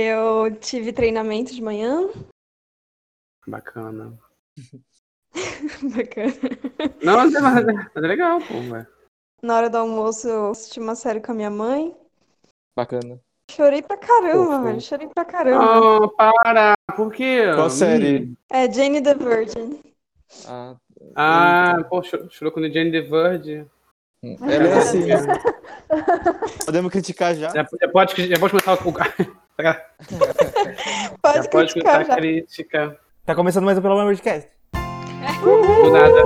Eu tive treinamento de manhã. Bacana. Bacana. Não, mas é, mas é- mas é legal, pô, velho. Na hora do almoço, eu assisti uma série com a minha mãe. Bacana. Chorei pra caramba, Fofo. velho. Chorei pra caramba. Ah, para! Por quê? Qual série? É Jane the Virgin. Ah, Ah, pô, chorou chorou com o Jane The Verge. é mas assim. Podemos criticar já? Já, já pode, já pode começar o. Pode já pode criticar começar já. a crítica. Tá começando mais um Pelo Amor Podcast. Do nada.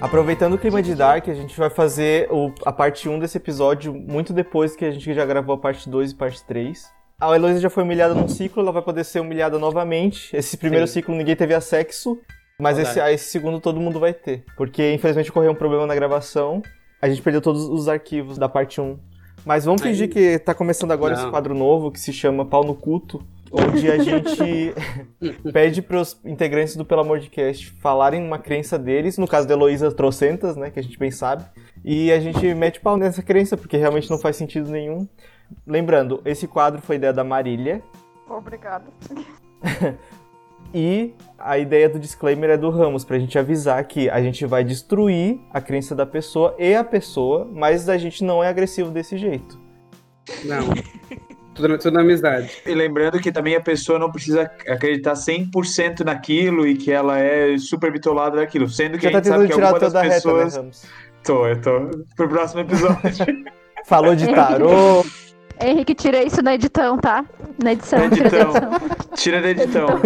Aproveitando o clima de Dark, a gente vai fazer o- a parte 1 desse episódio muito depois que a gente já gravou a parte 2 e parte 3. A Heloísa já foi humilhada num ciclo, ela vai poder ser humilhada novamente. Esse primeiro Sim. ciclo ninguém teve acesso, mas Verdade. esse, ah, esse segundo todo mundo vai ter. Porque infelizmente ocorreu um problema na gravação, a gente perdeu todos os arquivos da parte 1. Mas vamos Aí. fingir que tá começando agora Não. esse quadro novo que se chama Pau no Culto, onde a gente pede pros integrantes do Pelo Amor de Cast falarem uma crença deles, no caso da Heloísa Trocentas, né, que a gente bem sabe, e a gente mete pau nessa crença, porque realmente não faz sentido nenhum. Lembrando, esse quadro foi ideia da Marília, Obrigada. e a ideia do disclaimer é do Ramos, pra gente avisar que a gente vai destruir a crença da pessoa e a pessoa, mas a gente não é agressivo desse jeito. Não. Tudo, na- tudo na amizade. E lembrando que também a pessoa não precisa acreditar 100% naquilo e que ela é super bitolada daquilo. Sendo que Já a tá gente sabe tentando que tirar alguma das toda a reta, né, pessoas. Ramos? Tô, eu tô. Pro próximo episódio. Falou de tarô, Henrique, tira isso na edição, tá? Na edição. Na tira edição. na edição. Tira então. da edição.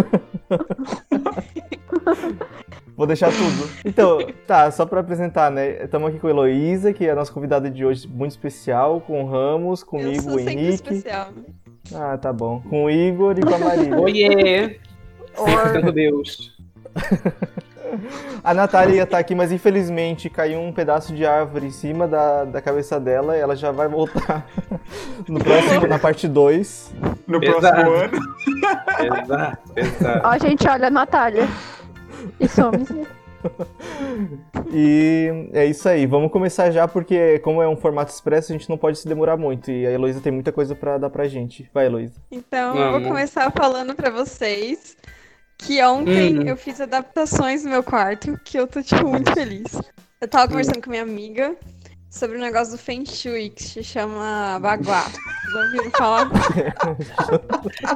Vou deixar tudo. Então, tá, só pra apresentar, né? Estamos aqui com a Heloísa, que é a nossa convidada de hoje muito especial, com o Ramos, Eu comigo, sou o sempre Henrique. especial. Ah, tá bom. Com o Igor e com a Maria. Oiê! Or... Santo Deus. A Natália ia estar aqui, mas infelizmente caiu um pedaço de árvore em cima da, da cabeça dela e ela já vai voltar no próximo, na parte 2. No Pesado. próximo ano. Exato, exato. Ó, gente, olha a Natália. E somos. E é isso aí. Vamos começar já, porque como é um formato expresso, a gente não pode se demorar muito. E a Heloísa tem muita coisa pra dar pra gente. Vai, Heloísa. Então, eu Vamos. vou começar falando pra vocês que ontem Hum. eu fiz adaptações no meu quarto, que eu tô, tipo, muito feliz. Eu Hum. tava conversando com minha amiga sobre o negócio do Feng Shui, que se chama Baguá. Já ouviram falar?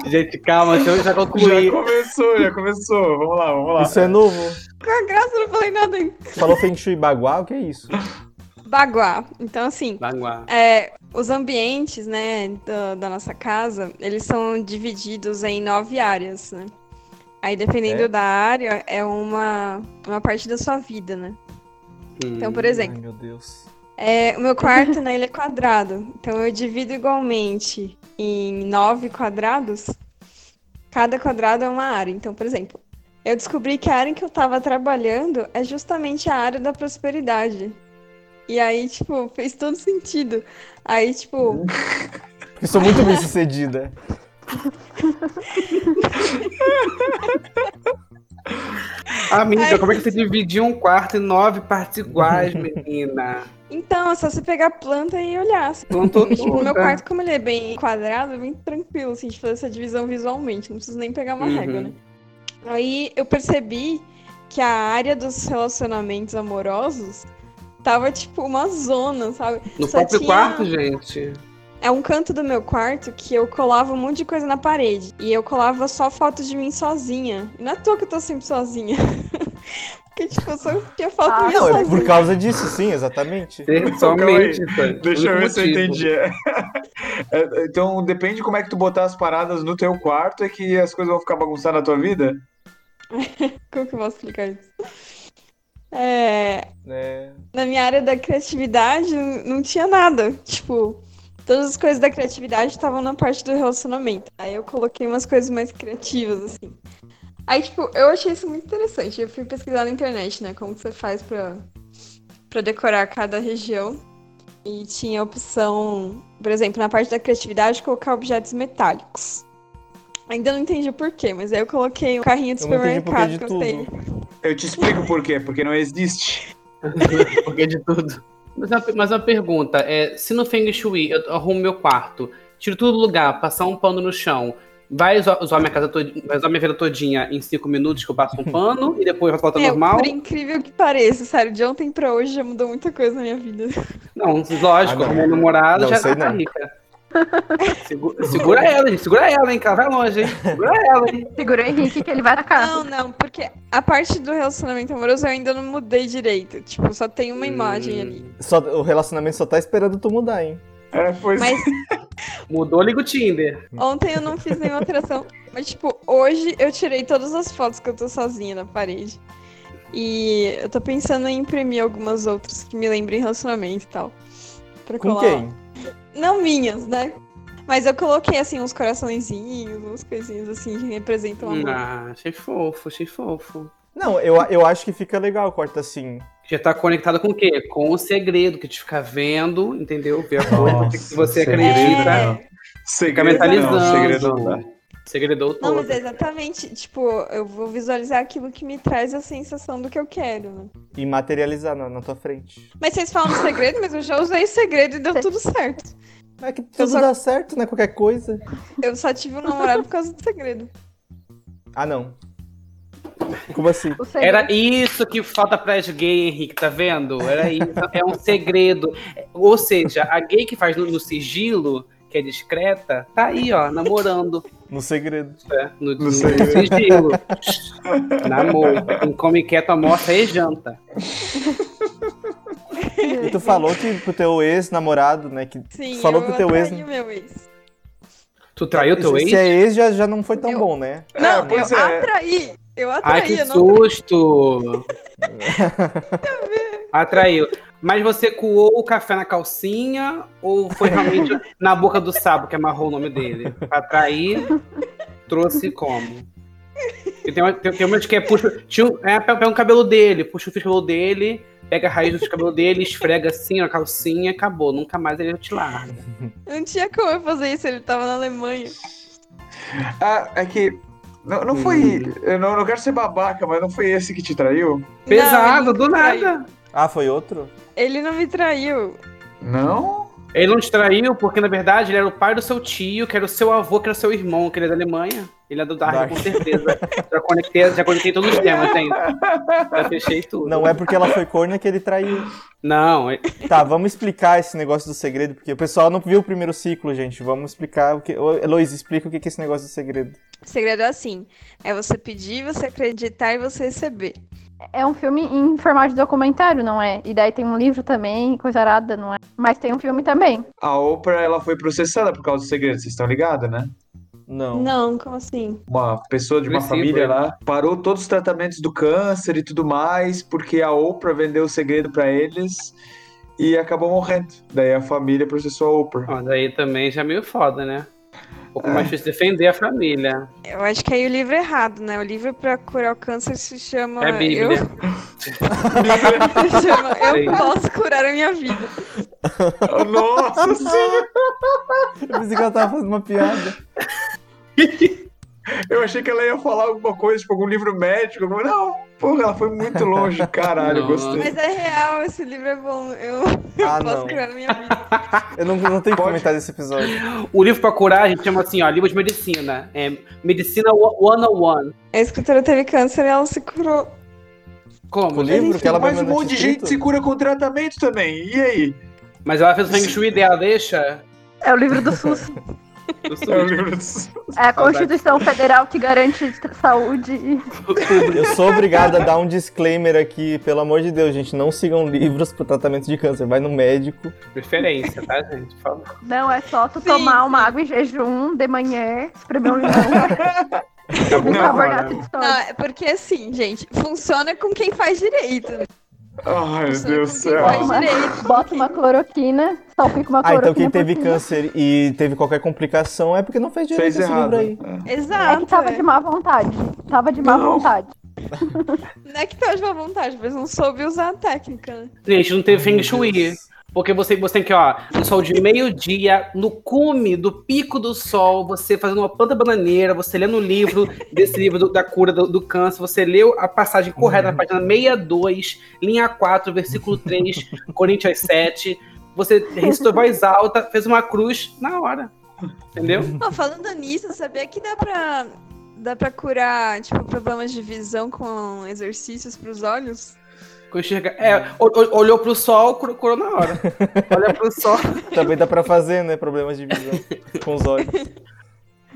Gente, calma, deixa eu já Já concluir. começou, já começou. Vamos lá, vamos lá. Isso é novo. Com a graça, eu não falei nada ainda. Falou Feng Shui Baguá? O que é isso? Baguá. Então, assim, Baguá. É, os ambientes, né, da, da nossa casa, eles são divididos em nove áreas, né? Aí, dependendo É. da área, é uma, uma parte da sua vida, né? Hum. Então, por exemplo, Ai, meu Deus. é, o meu quarto, né, ele é quadrado. Então, eu divido igualmente em nove quadrados. Cada quadrado é uma área. Então, por exemplo, eu descobri que a área em que eu tava trabalhando é justamente a área da prosperidade. E aí, tipo, fez todo sentido. Aí, tipo, Eu sou muito bem sucedida. Amiga, Ai. como é que você dividiu um quarto em nove partes iguais, menina? Então, é só você pegar a planta e olhar. assim. Plantou Tipo, o tudo. meu quarto, como ele é bem quadrado, é bem tranquilo, assim, de fazer essa divisão visualmente. Não preciso nem pegar uma Uhum. régua, né? Aí eu percebi que a área dos relacionamentos amorosos tava, tipo, uma zona, sabe? No Só próprio tinha- quarto, gente. É um canto do meu quarto que eu colava um monte de coisa na parede. E eu colava só fotos de mim sozinha. E não é à toa que eu tô sempre sozinha. Porque, tipo, eu só tinha foto Ah, minha Não, é sozinha. por causa disso, sim, exatamente. Somente. tá? é Deixa eu ver se eu entendi. É. É, Então, depende de como é que tu botar as paradas no teu quarto, é que as coisas vão ficar bagunçadas na tua vida. Como que eu posso explicar isso? É, É, na minha área da criatividade n- não tinha nada. Tipo, todas as coisas da criatividade estavam na parte do relacionamento. Aí eu coloquei umas coisas mais criativas, assim. Aí, tipo, eu achei isso muito interessante. Eu fui pesquisar na internet, né? Como que você faz pra, pra decorar cada região. E tinha a opção, por exemplo, na parte da criatividade, colocar objetos metálicos. Ainda não entendi o porquê, mas aí eu coloquei um carrinho de Eu não entendi o porquê supermercado de que eu tenho. tudo. Eu te explico por quê, porque não existe. Porque de tudo. Mas uma, mas uma pergunta, é, se no Feng Shui eu arrumo meu quarto, tiro tudo do lugar, passar um pano no chão, vai zo- zoar minha casa todinha, vai zoar minha vida todinha em cinco minutos que eu passo um pano e depois vai voltar ao Meu, normal? por incrível que pareça, sério, de ontem pra hoje já mudou muita coisa na minha vida. Não, lógico, Ah, não. minha namorada Não, já sei tá não. rica. Segura, segura ela, gente, segura ela, hein, que ela vai longe, hein? Segura ela, hein? Segura o Henrique que ele vai na Ah. casa. Não, não, porque a parte do relacionamento amoroso eu ainda não mudei direito. Tipo, só tem Hum. uma imagem ali. Só, o relacionamento só tá esperando tu mudar, hein? É, pois Mas Mudou, liga o Tinder. ontem eu não fiz nenhuma alteração. Mas, tipo, hoje eu tirei todas as fotos que eu tô sozinha na parede. E eu tô pensando em imprimir algumas outras que me lembrem relacionamento e tal. Pra Com colar. quem? Não minhas, né? Mas eu coloquei, assim, uns coraçõezinhos, umas coisinhas assim que representam amor. Hum, Ah, achei fofo, achei fofo. Não, eu, eu acho que fica legal, corta assim. Já tá conectado com o quê? Com o segredo que te fica vendo, entendeu? Ver a coisa Nossa, que você segredo. né? acredita. É, Fica segredo mentalizando. não, segredo não dá. Segredou não, todo. mas é exatamente, tipo, eu vou visualizar aquilo que me traz a sensação do que eu quero, né? E materializar na, na tua frente. Mas vocês falam de segredo, mas eu já usei segredo e deu tudo certo. É que tudo Eu só- dá certo, né? Qualquer coisa. Eu só tive um namorado por causa do segredo. Ah, não. Como assim? O é segredo- Era isso que falta pras gay, Henrique, tá vendo? Era isso, é um segredo. Ou seja, a gay que faz no, no sigilo, que é discreta, tá aí, ó, namorando. No segredo. né? No, No no segredo. sigilo. Namoro. Quem come quieto, almoça e janta. E tu falou que pro teu ex-namorado, né? Que Sim, tu falou eu pro teu ex. atraí o meu ex. Tu traiu teu se- ex? Se é ex, já, já não foi tão Eu- bom, né? É, Não, eu pois é. atraí. Eu Ai, atraí, que eu não. susto! Atraiu. Mas você coou o café na calcinha ou foi realmente na boca do sapo que amarrou o nome dele? Atrair, trouxe como? E tem, uma- tem, tem umas que é puxa. Tinha, um- é, pega o cabelo dele, puxa o fio do cabelo dele, pega a raiz do cabelo dele, esfrega assim na calcinha, acabou. Nunca mais ele te larga. Não tinha como eu fazer isso, ele tava na Alemanha. Ah, é que. Não, não foi. Eu não, não quero ser babaca, mas não foi esse que te traiu? Não, Pesado, ele do não me nada. Ah, foi outro? Ele não me traiu. Não? Ele não te traiu porque, na verdade, ele era o pai do seu tio, que era o seu avô, que era o seu irmão, que ele é da Alemanha. Ele é do Dark, Dark. com certeza. já, conectei, já conectei todos os temas, gente. Já fechei tudo. Não é porque ela foi corna que ele traiu. Não, é- Tá, vamos explicar esse negócio do segredo, porque o pessoal não viu o primeiro ciclo, gente. Vamos explicar o que. Ô, Heloísa, explica o que que é esse negócio do segredo. O segredo é assim: é você pedir, você acreditar e você receber. É um filme em formato de documentário, não é? E daí tem um livro também, coisa arada, não é? Mas tem um filme também. A Oprah, ela foi processada por causa do segredo, vocês estão ligados, né? Não. Não, como assim? Uma pessoa de uma Agressivo, família hein? lá parou todos os tratamentos do câncer e tudo mais, porque a Oprah vendeu o segredo pra eles e acabou morrendo. Daí a família processou a Oprah. mas aí também já é meio foda, né? Um pouco É. mais difícil defender a família. Eu acho que aí o livro é errado, né? O livro pra curar o câncer se chama. É a Bíblia. Ah, Eu, se chama Sim. eu posso curar a minha vida. Nossa senhora! Eu pensei que ela tava fazendo uma piada. Eu achei que ela ia falar alguma coisa, tipo algum livro médico. mas Não, porra, ela foi muito longe. Caralho, Não. gostei. Mas é real, esse livro é bom. Eu Ah, posso não. curar a minha vida. Eu não, não tenho que Pode. comentar desse episódio. O livro pra curar a gente chama assim, ó, livro de medicina. É Medicina 101. A escritora teve câncer e ela se curou. Como? O gente? livro que ela vai Mas um mandar monte de gente escrito? se cura com tratamento também. E aí? Mas ela fez o feng shui dela, deixa. É o livro do SUS. No SUS. É o livro dos- É a Constituição Federal que garante saúde. Eu sou obrigado a dar um disclaimer aqui, pelo amor de Deus, gente. Não sigam livros pro tratamento de câncer. Vai no médico. Preferência, tá, gente? Por favor. Não, é só tu Sim, tomar uma sim. água em jejum de manhã, espremer um limão, Acabou Não, um carbonato de Não, sódio. é porque assim, gente, funciona com quem faz direito. né? Ai, Funciona meu Deus do com quem céu. faz direito. Bota uma cloroquina, salpica uma Ah, cloroquina. então quem teve por cima. câncer e teve qualquer complicação é porque não fez direito Fez esse errado. livro aí. É Exato. que tava é. de má vontade. Tava de má Não. vontade. Não é que tava de má vontade, mas não soube usar a técnica. né? Gente, não teve feng shui. Porque você, você tem que, ó, no sol de meio-dia, no cume do pico do sol, você fazendo uma planta bananeira, você lendo o livro desse livro do- da cura do, do câncer, você leu a passagem correta na página 62, linha 4, versículo 3, Coríntios 7. Você recitou voz alta, fez uma cruz na hora. Entendeu? Ó, falando nisso, sabia que dá pra, dá pra curar, tipo, problemas de visão com exercícios pros olhos? Com enxerga- É, ol- ol- olhou pro sol, cur- curou na hora. Olha pro sol. Também dá pra fazer, né? Problemas de visão com os olhos.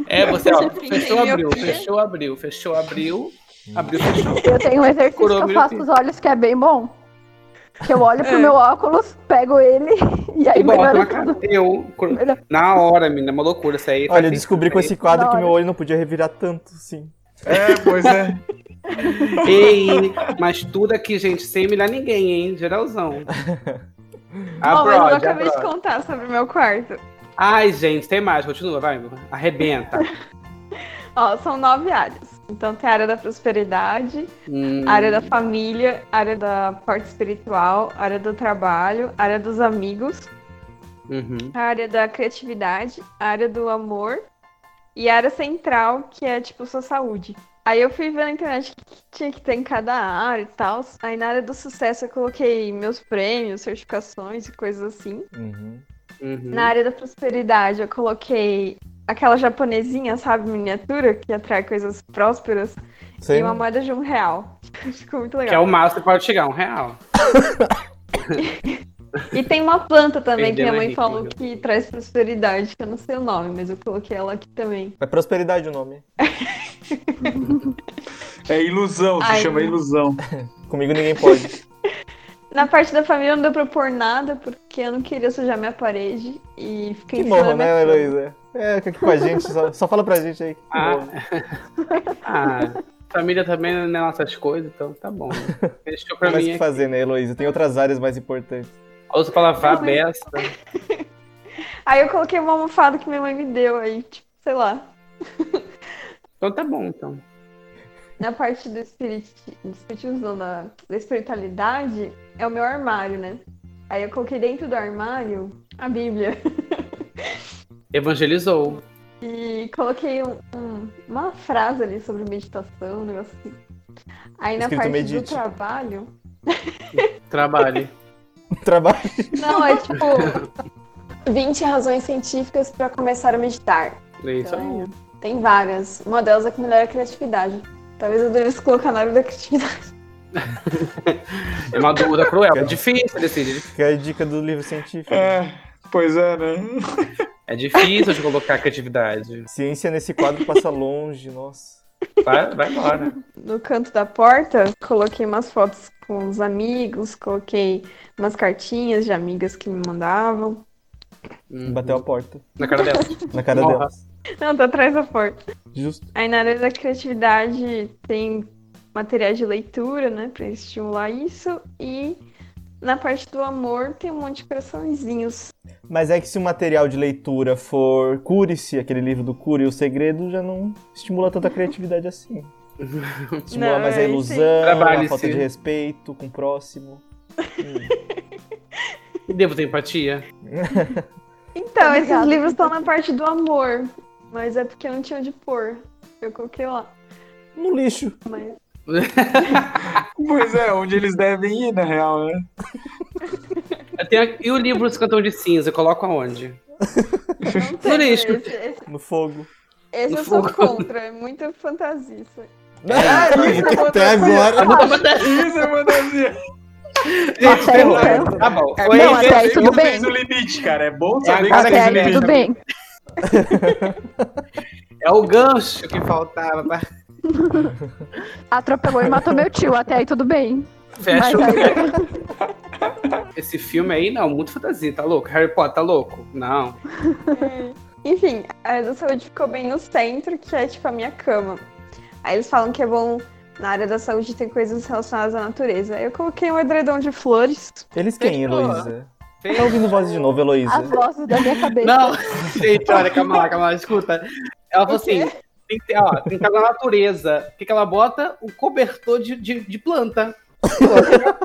É, você, ó, Tem fechou, abriu, miopia. fechou, abriu, fechou, abriu, Hum. abriu, fechou. Eu tenho um exercício Curou que eu meu faço filho. com os olhos que é bem bom. Que eu olho pro É. meu óculos, pego ele e aí E bota melhora na tudo. cara. Eu, cur- Melhor. na hora, menina, é uma loucura isso aí. Olha, eu descobri com esse quadro Da que hora. meu olho não podia revirar tanto, sim. É, pois é. Ei, mas tudo aqui, gente, sem humilhar ninguém, hein? Geralzão. Ah, Ó, mas eu Abroad, acabei de abroad. contar sobre o meu quarto. Ai, gente, tem mais, continua, vai. Arrebenta. Ó, são nove áreas. Então tem a área da prosperidade, Hum, a área da família, a área da parte espiritual, a área do trabalho, a área dos amigos, uhum. a área da criatividade, a área do amor e a área central, que é tipo sua saúde. Aí eu fui ver na internet o que tinha que ter em cada área e tal. Aí na área do sucesso eu coloquei meus prêmios, certificações e coisas assim. Uhum. uhum. Na área da prosperidade eu coloquei aquela japonesinha, sabe, miniatura, que atrai coisas prósperas. Sem... E uma moeda de um real. Ficou muito Que é legal. o máximo que pode chegar, um real. E tem uma planta também que Perdeu, minha mãe né, falou Rico? que traz prosperidade, que eu não sei o nome, mas eu coloquei ela aqui também. É prosperidade o nome. É ilusão, se Ai. chama ilusão. Comigo ninguém pode. Na parte da família não deu pra eu pôr nada, porque eu não queria sujar minha parede e fiquei Que em cima morro, da minha né, cama. Heloísa? É, fica aqui com a gente. Só, só fala pra gente aí. Que Ah. morro. Ah, família também não é nossas coisas, então tá bom. né? Fechou pra Tem mais o mim. que aqui. fazer, né, Heloísa? Tem outras áreas mais importantes. Ouço palavra beça. Aí eu coloquei uma almofada que minha mãe me deu aí, tipo, sei lá. Então tá bom, então. Na parte do espírito, do espiritismo, não, da, da espiritualidade, é o meu armário, né? Aí eu coloquei dentro do armário a Bíblia. Evangelizou. E coloquei um- um- uma frase ali sobre meditação, um negócio assim. Aí na Escrito parte do medite. trabalho. Trabalhe. Trabalho. Não, é tipo 20 razões científicas para começar a meditar. É isso aí. Então, tem várias. Uma delas é que melhora a criatividade. Talvez eu devesse colocar na área da criatividade. É uma dúvida cruel. É difícil decidir. Que é a dica do livro científico. É, pois é, né? É difícil de colocar criatividade. Ciência nesse quadro passa longe, nossa. Vai, vai embora. No canto da porta, coloquei umas fotos com os amigos, coloquei umas cartinhas de amigas que me mandavam. Hum. Uhum. Bateu a porta. na cara dela. Na cara Morra. dela. Não, tá atrás da porta. Justo. Aí na área da criatividade tem materiais de leitura, né, pra estimular isso. E na parte do amor tem um monte de coraçõezinhos. Mas é que se o material de leitura for Cure-se, aquele livro do Cure e o Segredo, já não estimula tanta criatividade assim. Estimula Não, é mais a aí sim. ilusão, a Trabalhe-se. falta de respeito com o próximo. Hum. Devo ter empatia. Então, esses Obrigada. livros estão na parte do amor, mas é porque eu não tinha onde pôr. Eu coloquei lá. No lixo. Mas Pois é, onde eles devem ir, na real, né? Eu tenho- E o livro dos Cantão de Cinza? Eu coloco aonde? não tem. né? lixo. Esse, esse, No fogo. esse eu sou contra, é muita fantasia. É, isso aí. Ah, Até agora. Isso é fantasia. Até aí, então. Tá bom. É Foi não, isso. até aí tudo bem. fez o limite, cara. É bom É, saber que agora você Até fez o eles aí limite. tudo bem. É o gancho que faltava. pra- Atropelou e matou meu tio. Até aí tudo bem. Fecha Mas aí- o- Esse filme aí, não, muito fantasia, tá louco? Harry Potter, tá louco? Não. Enfim, a área da saúde ficou bem no centro, que é tipo a minha cama. Aí eles falam que é bom na área da saúde ter coisas relacionadas à natureza. Aí eu coloquei um edredom de flores. Eles quem, Tipo, Fechou. Heloísa? Tá Fechou. ouvindo voz de novo, as Heloísa? vozes da minha cabeça. Não, gente, olha, calma lá, calma lá, escuta. Ela falou assim: tem que ter, ó, tem que estar na natureza. O que, que ela bota? O cobertor de, de, de planta.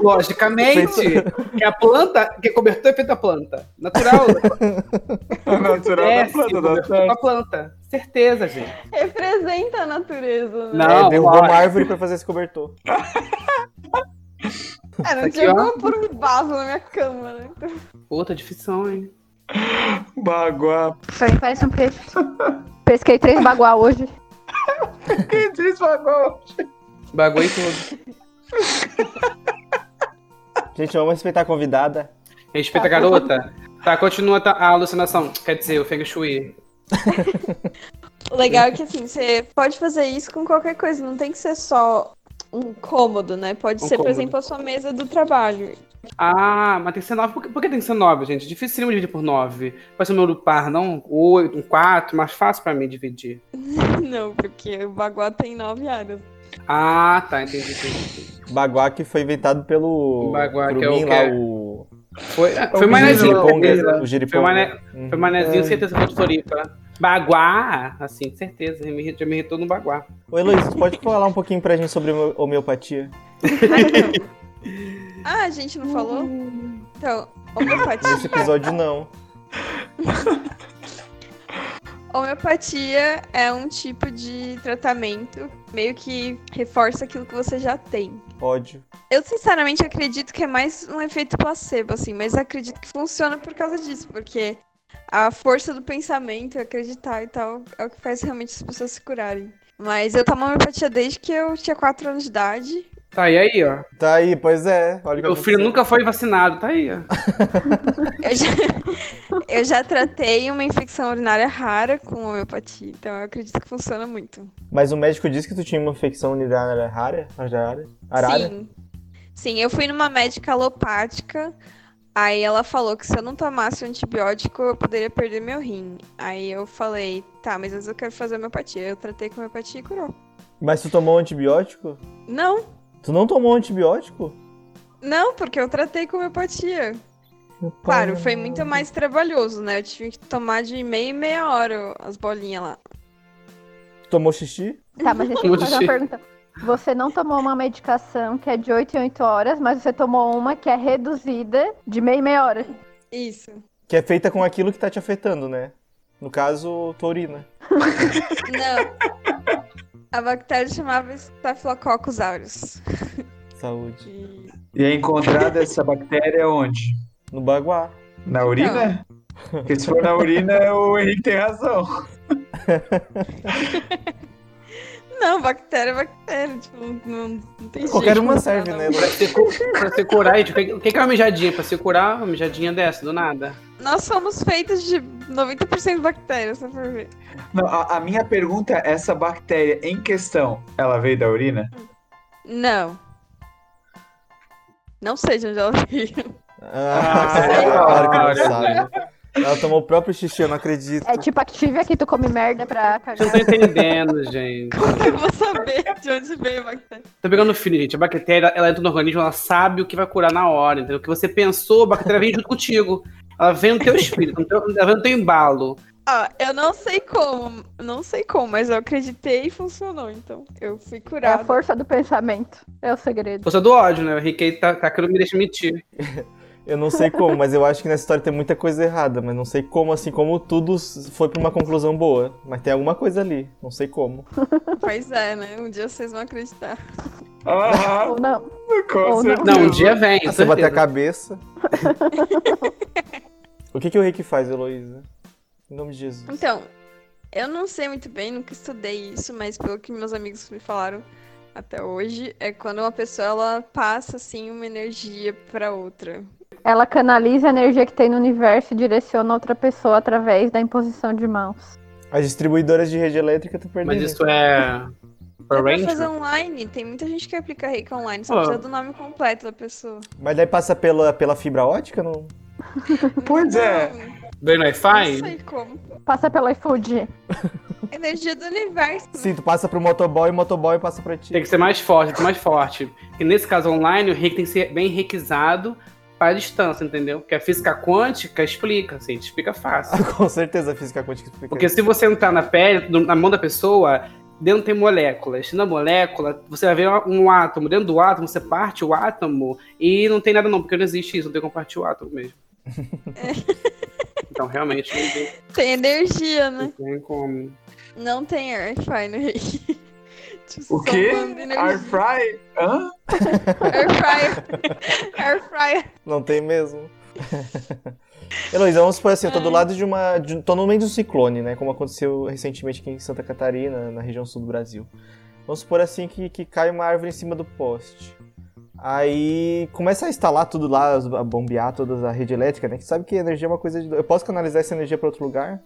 Logicamente, que a planta, que cobertor é feito da planta. Natural. A É natural da É, Desce, planta da cobertor Atlântica. da planta. Certeza, gente. Representa a natureza, né? Não, é, um derrubou ó, uma árvore pra fazer esse cobertor. Ah, não Aqui, é jogou por um vaso na minha cama, né? Então, Outra difícil, hein? Baguá. Pra mim parece um peixe. Pesquei três baguá hoje. Que diz baguá? Bagulho todo. Gente, vamos respeitar a convidada. Respeita a garota. Tá, continua tá, a alucinação. Quer dizer, o Feng Shui. o legal é que, assim, você pode fazer isso com qualquer coisa. Não tem que ser só um cômodo, né? Pode Um ser, cômodo. por exemplo, a sua mesa do trabalho. Ah, mas tem que ser nove. Por que, por que tem que ser nove, gente? Dificílimo dividir por nove. Pode ser um número par, não? Oito, um quatro, mais fácil pra mim dividir. Não, porque o baguá tem nove áreas. Ah, tá, entendi. entendi. Baguá que foi inventado pelo. O Baguá, que é o Curumim que lá, é- o. né? Foi, ah, foi O o Manezinho. Giriponga. certeza. O Giriponga. Foi uma Uhum. Foi Manezinho, certeza, foi de Floripa. Baguá, assim, certeza. Já me, já me irritou no Baguá. Ô, Heloísa, tu pode falar um pouquinho pra gente sobre homeo- homeopatia? Ah, a gente não falou? Então, Nesse homeopatia. episódio, não. Homeopatia é um tipo de tratamento meio que reforça aquilo que você já tem. Ódio. Eu sinceramente acredito que é mais um efeito placebo, assim, mas acredito que funciona por causa disso, porque a força do pensamento, acreditar e tal, é o que faz realmente as pessoas se curarem. Mas eu tomo homeopatia desde que eu tinha 4 anos de idade. Tá, e aí, ó. Tá aí, pois é. Olha o que Meu filho aconteceu. nunca foi vacinado, tá aí, ó. Eu já, eu já tratei uma infecção urinária rara com homeopatia, então eu acredito que funciona muito. Mas o médico disse que tu tinha uma infecção urinária rara? Rara? Arara? Sim. Sim, eu fui numa médica alopática. Aí ela falou que se eu não tomasse um antibiótico, eu poderia perder meu rim. Aí eu falei, tá, mas às vezes eu quero fazer homeopatia. Eu tratei com homeopatia e curou. Mas tu tomou antibiótico? Não, Tu não tomou antibiótico? não, porque eu tratei com homeopatia. Meu Claro, pai. foi muito mais trabalhoso, né? Eu tive que tomar de meia e meia hora as bolinhas lá. Tu tomou xixi? Tá, mas deixa eu te fazer uma Oxi. pergunta. Você não tomou uma medicação que é de 8 em 8 horas, mas você tomou uma que é reduzida de meia e meia hora. Isso. Que é feita com aquilo que tá te afetando, né? No caso, tua urina. Não. A bactéria chamava Staphylococcus aureus. Saúde. E- E é encontrada essa bactéria é onde? No baguá. Na urina? Porque se for na urina, o Henrique tem razão. Não, bactéria é bactéria. Tipo, não, não tem Qualquer jeito uma de serve, não. né? Pra se, cu- pra se curar, gente, o que- o que que é uma mijadinha? Pra se curar, uma mijadinha dessa, do nada. Nós somos feitos de 90% bactérias, só por ver. Não, a, a minha pergunta é: essa bactéria em questão, ela veio da urina? Não. Não sei de onde ela veio. Ah, é claro que não claro. sabe. Ela tomou o próprio xixi, eu não acredito. É tipo Activia que tu come merda pra Vocês cagar. não estão entendendo, gente. Como que eu vou saber de onde veio a bactéria? Tá pegando fio, gente. A bactéria, ela entra no organismo, ela sabe o que vai curar na hora, entendeu? O que você pensou, a bactéria vem junto contigo. Ela vem no teu espírito, no teu- ela vem no teu embalo. Ah, eu não sei como, não sei como, mas eu acreditei e funcionou, então. Eu fui É a curada. força do pensamento. É o segredo. Força do ódio, né? O Henrique aí tá, tá querendo me deixar mentir. Eu não sei como, mas eu acho que nessa história tem muita coisa errada. Mas não sei como, assim, como tudo s- foi pra uma conclusão boa. Mas tem alguma coisa ali, não sei como. Pois é, né? Um dia vocês vão acreditar. Tá. Aham, Ou não. Ah, com Ou não. certeza. Não, um dia vem. Ah, Você bater a certeza. cabeça. o que, que o Rick faz, Heloísa? Em nome de Jesus. Então, eu não sei muito bem, nunca estudei isso, mas pelo que meus amigos me falaram até hoje, é quando uma pessoa ela passa assim uma energia pra outra. Ela canaliza a energia que tem no universo e direciona outra pessoa através da imposição de mãos. As distribuidoras de rede elétrica estão perdendo. Mas isso é. Dá pra Arrangement? fazer um online, tem muita gente que aplica reiki online, só Ah. precisa do nome completo da pessoa. Mas daí passa pela, pela fibra ótica? Não? Pois é. Não, Vem no Não Wi-Fi? sei como. Passa pelo iFood. Energia do universo. Sim, tu passa pro motoboy e o motoboy passa pra ti. Tem que ser mais forte, tem que ser mais forte. E nesse caso online, o Rick tem que ser bem requisado para a distância, entendeu? Porque a física quântica explica, assim, explica fácil. Com certeza a física quântica explica. Porque se você entrar na pele, no- na mão da pessoa, dentro tem moléculas. Na molécula, você vai ver um átomo. Dentro do átomo, você parte o átomo e não tem nada não, porque não existe isso, não tem como partir o átomo mesmo. então, realmente, não tem, Tem energia, né? não tem como. Não tem air fry Tipo, O quê? Air fry? Hã? Air fryer. Air fryer. Não tem mesmo. Heloísa, vamos supor assim, eu tô do lado de uma. de- tô no meio de um ciclone, né? Como aconteceu recentemente aqui em Santa Catarina, na região sul do Brasil. Vamos supor assim que, que cai uma árvore em cima do poste. Aí começa a instalar tudo lá, as- a bombear toda a rede elétrica, né? Que sabe que energia é uma coisa de. Eu posso canalizar essa energia pra outro lugar?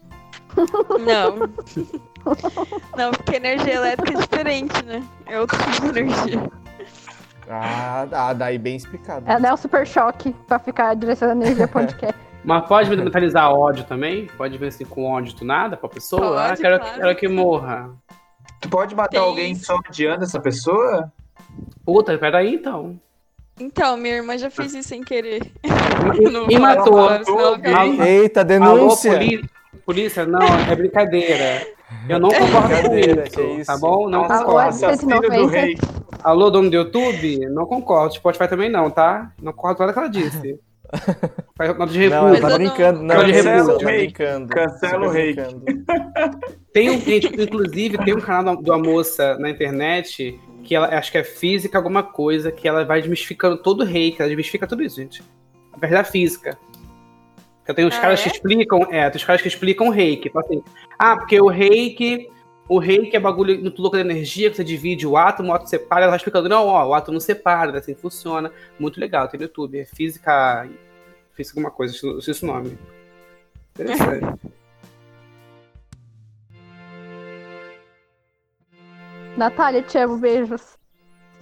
Não. Não, porque energia elétrica é diferente, né? É outro tipo de energia. Ah, ah, daí bem explicado. Ela é o super choque pra ficar direcionando energia ao podcast. Mas pode mentalizar ódio também? Pode ver assim com ódio do nada pra pessoa? Pode, ah, quero, claro. quero que morra. Tu pode matar Tem alguém só odiando essa pessoa? Puta, peraí então. Então, minha irmã já fez isso sem querer. E matou. Ela matou alguém. Alô, Eita, alô, denúncia! poli- polícia? Não, é brincadeira. Eu não concordo com É Brincadeira, isso, que é isso. tá bom? Não Alô, concordo. assassino do 190. rei. Alô, dono do YouTube? Não concordo. Spotify também não, tá? Não concordo com nada que ela disse. Faz nota de Não, repúdio. ela Mas tá eu brincando. Não, Cancela Heloísa, o ela tá reiki. brincando. Cancela Super o reiki. brincando. Tem um, gente, inclusive, tem um canal da- de uma moça na internet que ela acho que é física alguma coisa, que ela vai desmistificando todo o reiki, ela desmistifica tudo isso, gente. A verdade é física. Então tem uns Ah, caras é? que explicam, é, tem os caras que explicam o reiki. Fala assim, ah, porque o reiki. O reiki é bagulho muito louco da energia, que você divide o átomo, o átomo separa, ela vai explicando, não, ó, o átomo separa, assim funciona. Muito legal, tem no YouTube. É física. Física alguma coisa, não sei se é o nome. Interessante. Natália, te amo, beijos.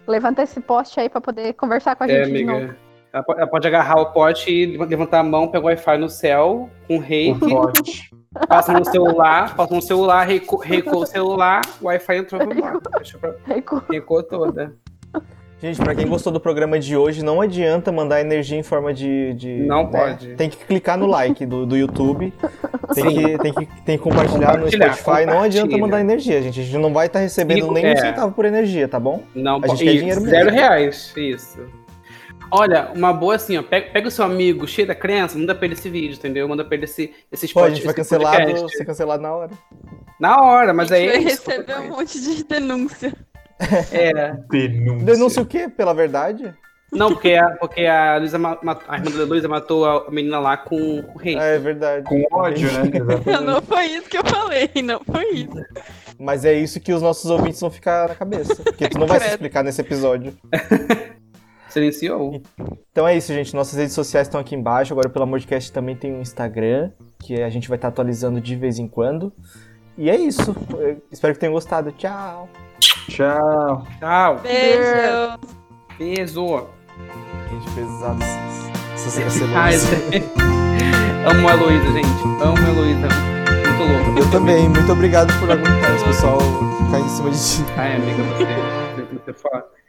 Levanta esse poste aí pra poder conversar com a gente É, de novo. amiga. Ela po- ela pode agarrar o pote e lev- levantar a mão, pegar o Wi-Fi no céu, com reiki, Pode. passa no celular, passa no celular, recu- recuou o celular, o Wi-Fi entrou no Recu- Recuou toda. Gente, pra quem gostou do programa de hoje, não adianta mandar energia em forma de. de- né? Não pode. Tem que clicar no like do, do YouTube. Tem que, tem, que, tem que compartilhar, no Compartilhar, Spotify. Não adianta compartilha. mandar energia, gente. A gente não vai estar recebendo Fico- nem é. um centavo por energia, tá bom? Não A gente pode. quer Isso, dinheiro mesmo. Zero reais, isso. Olha, uma boa assim, ó. Pega, pega o seu amigo cheio da crença, manda pra ele esse vídeo, entendeu? Manda pra ele esse, esse Pô, a spot- gente vai esse cancelado, podcast. ser cancelado na hora. Na hora, mas a gente aí. vai é isso. receber um monte de denúncia. É. Denúncia. Denúncia o quê? Pela verdade? Não, porque a, porque a, Luísa ma- ma- a irmã da Luísa matou a menina lá com o rei. Ah, é verdade. Com ódio, né? Exatamente. Não foi isso que eu falei, não foi isso. Mas é isso que os nossos ouvintes vão ficar na cabeça. Porque tu não vai se Credo. explicar nesse episódio. Silenciou. Então é isso, gente. Nossas redes sociais estão aqui embaixo. Agora, pelo Amorcast, também tem o Instagram, que a gente vai estar atualizando de vez em quando. E é isso. Eu espero que tenham gostado. Tchau! Tchau. Tchau. Beijo. Beijo. Gente, pesado. Ah, Ai, gente. Amo a Heloísa, gente. Amo a Heloísa. Muito louca. Eu também. Muito obrigado por aguentar esse pessoal ficar em cima de ti. Ai, amiga, você. Você, você, fala-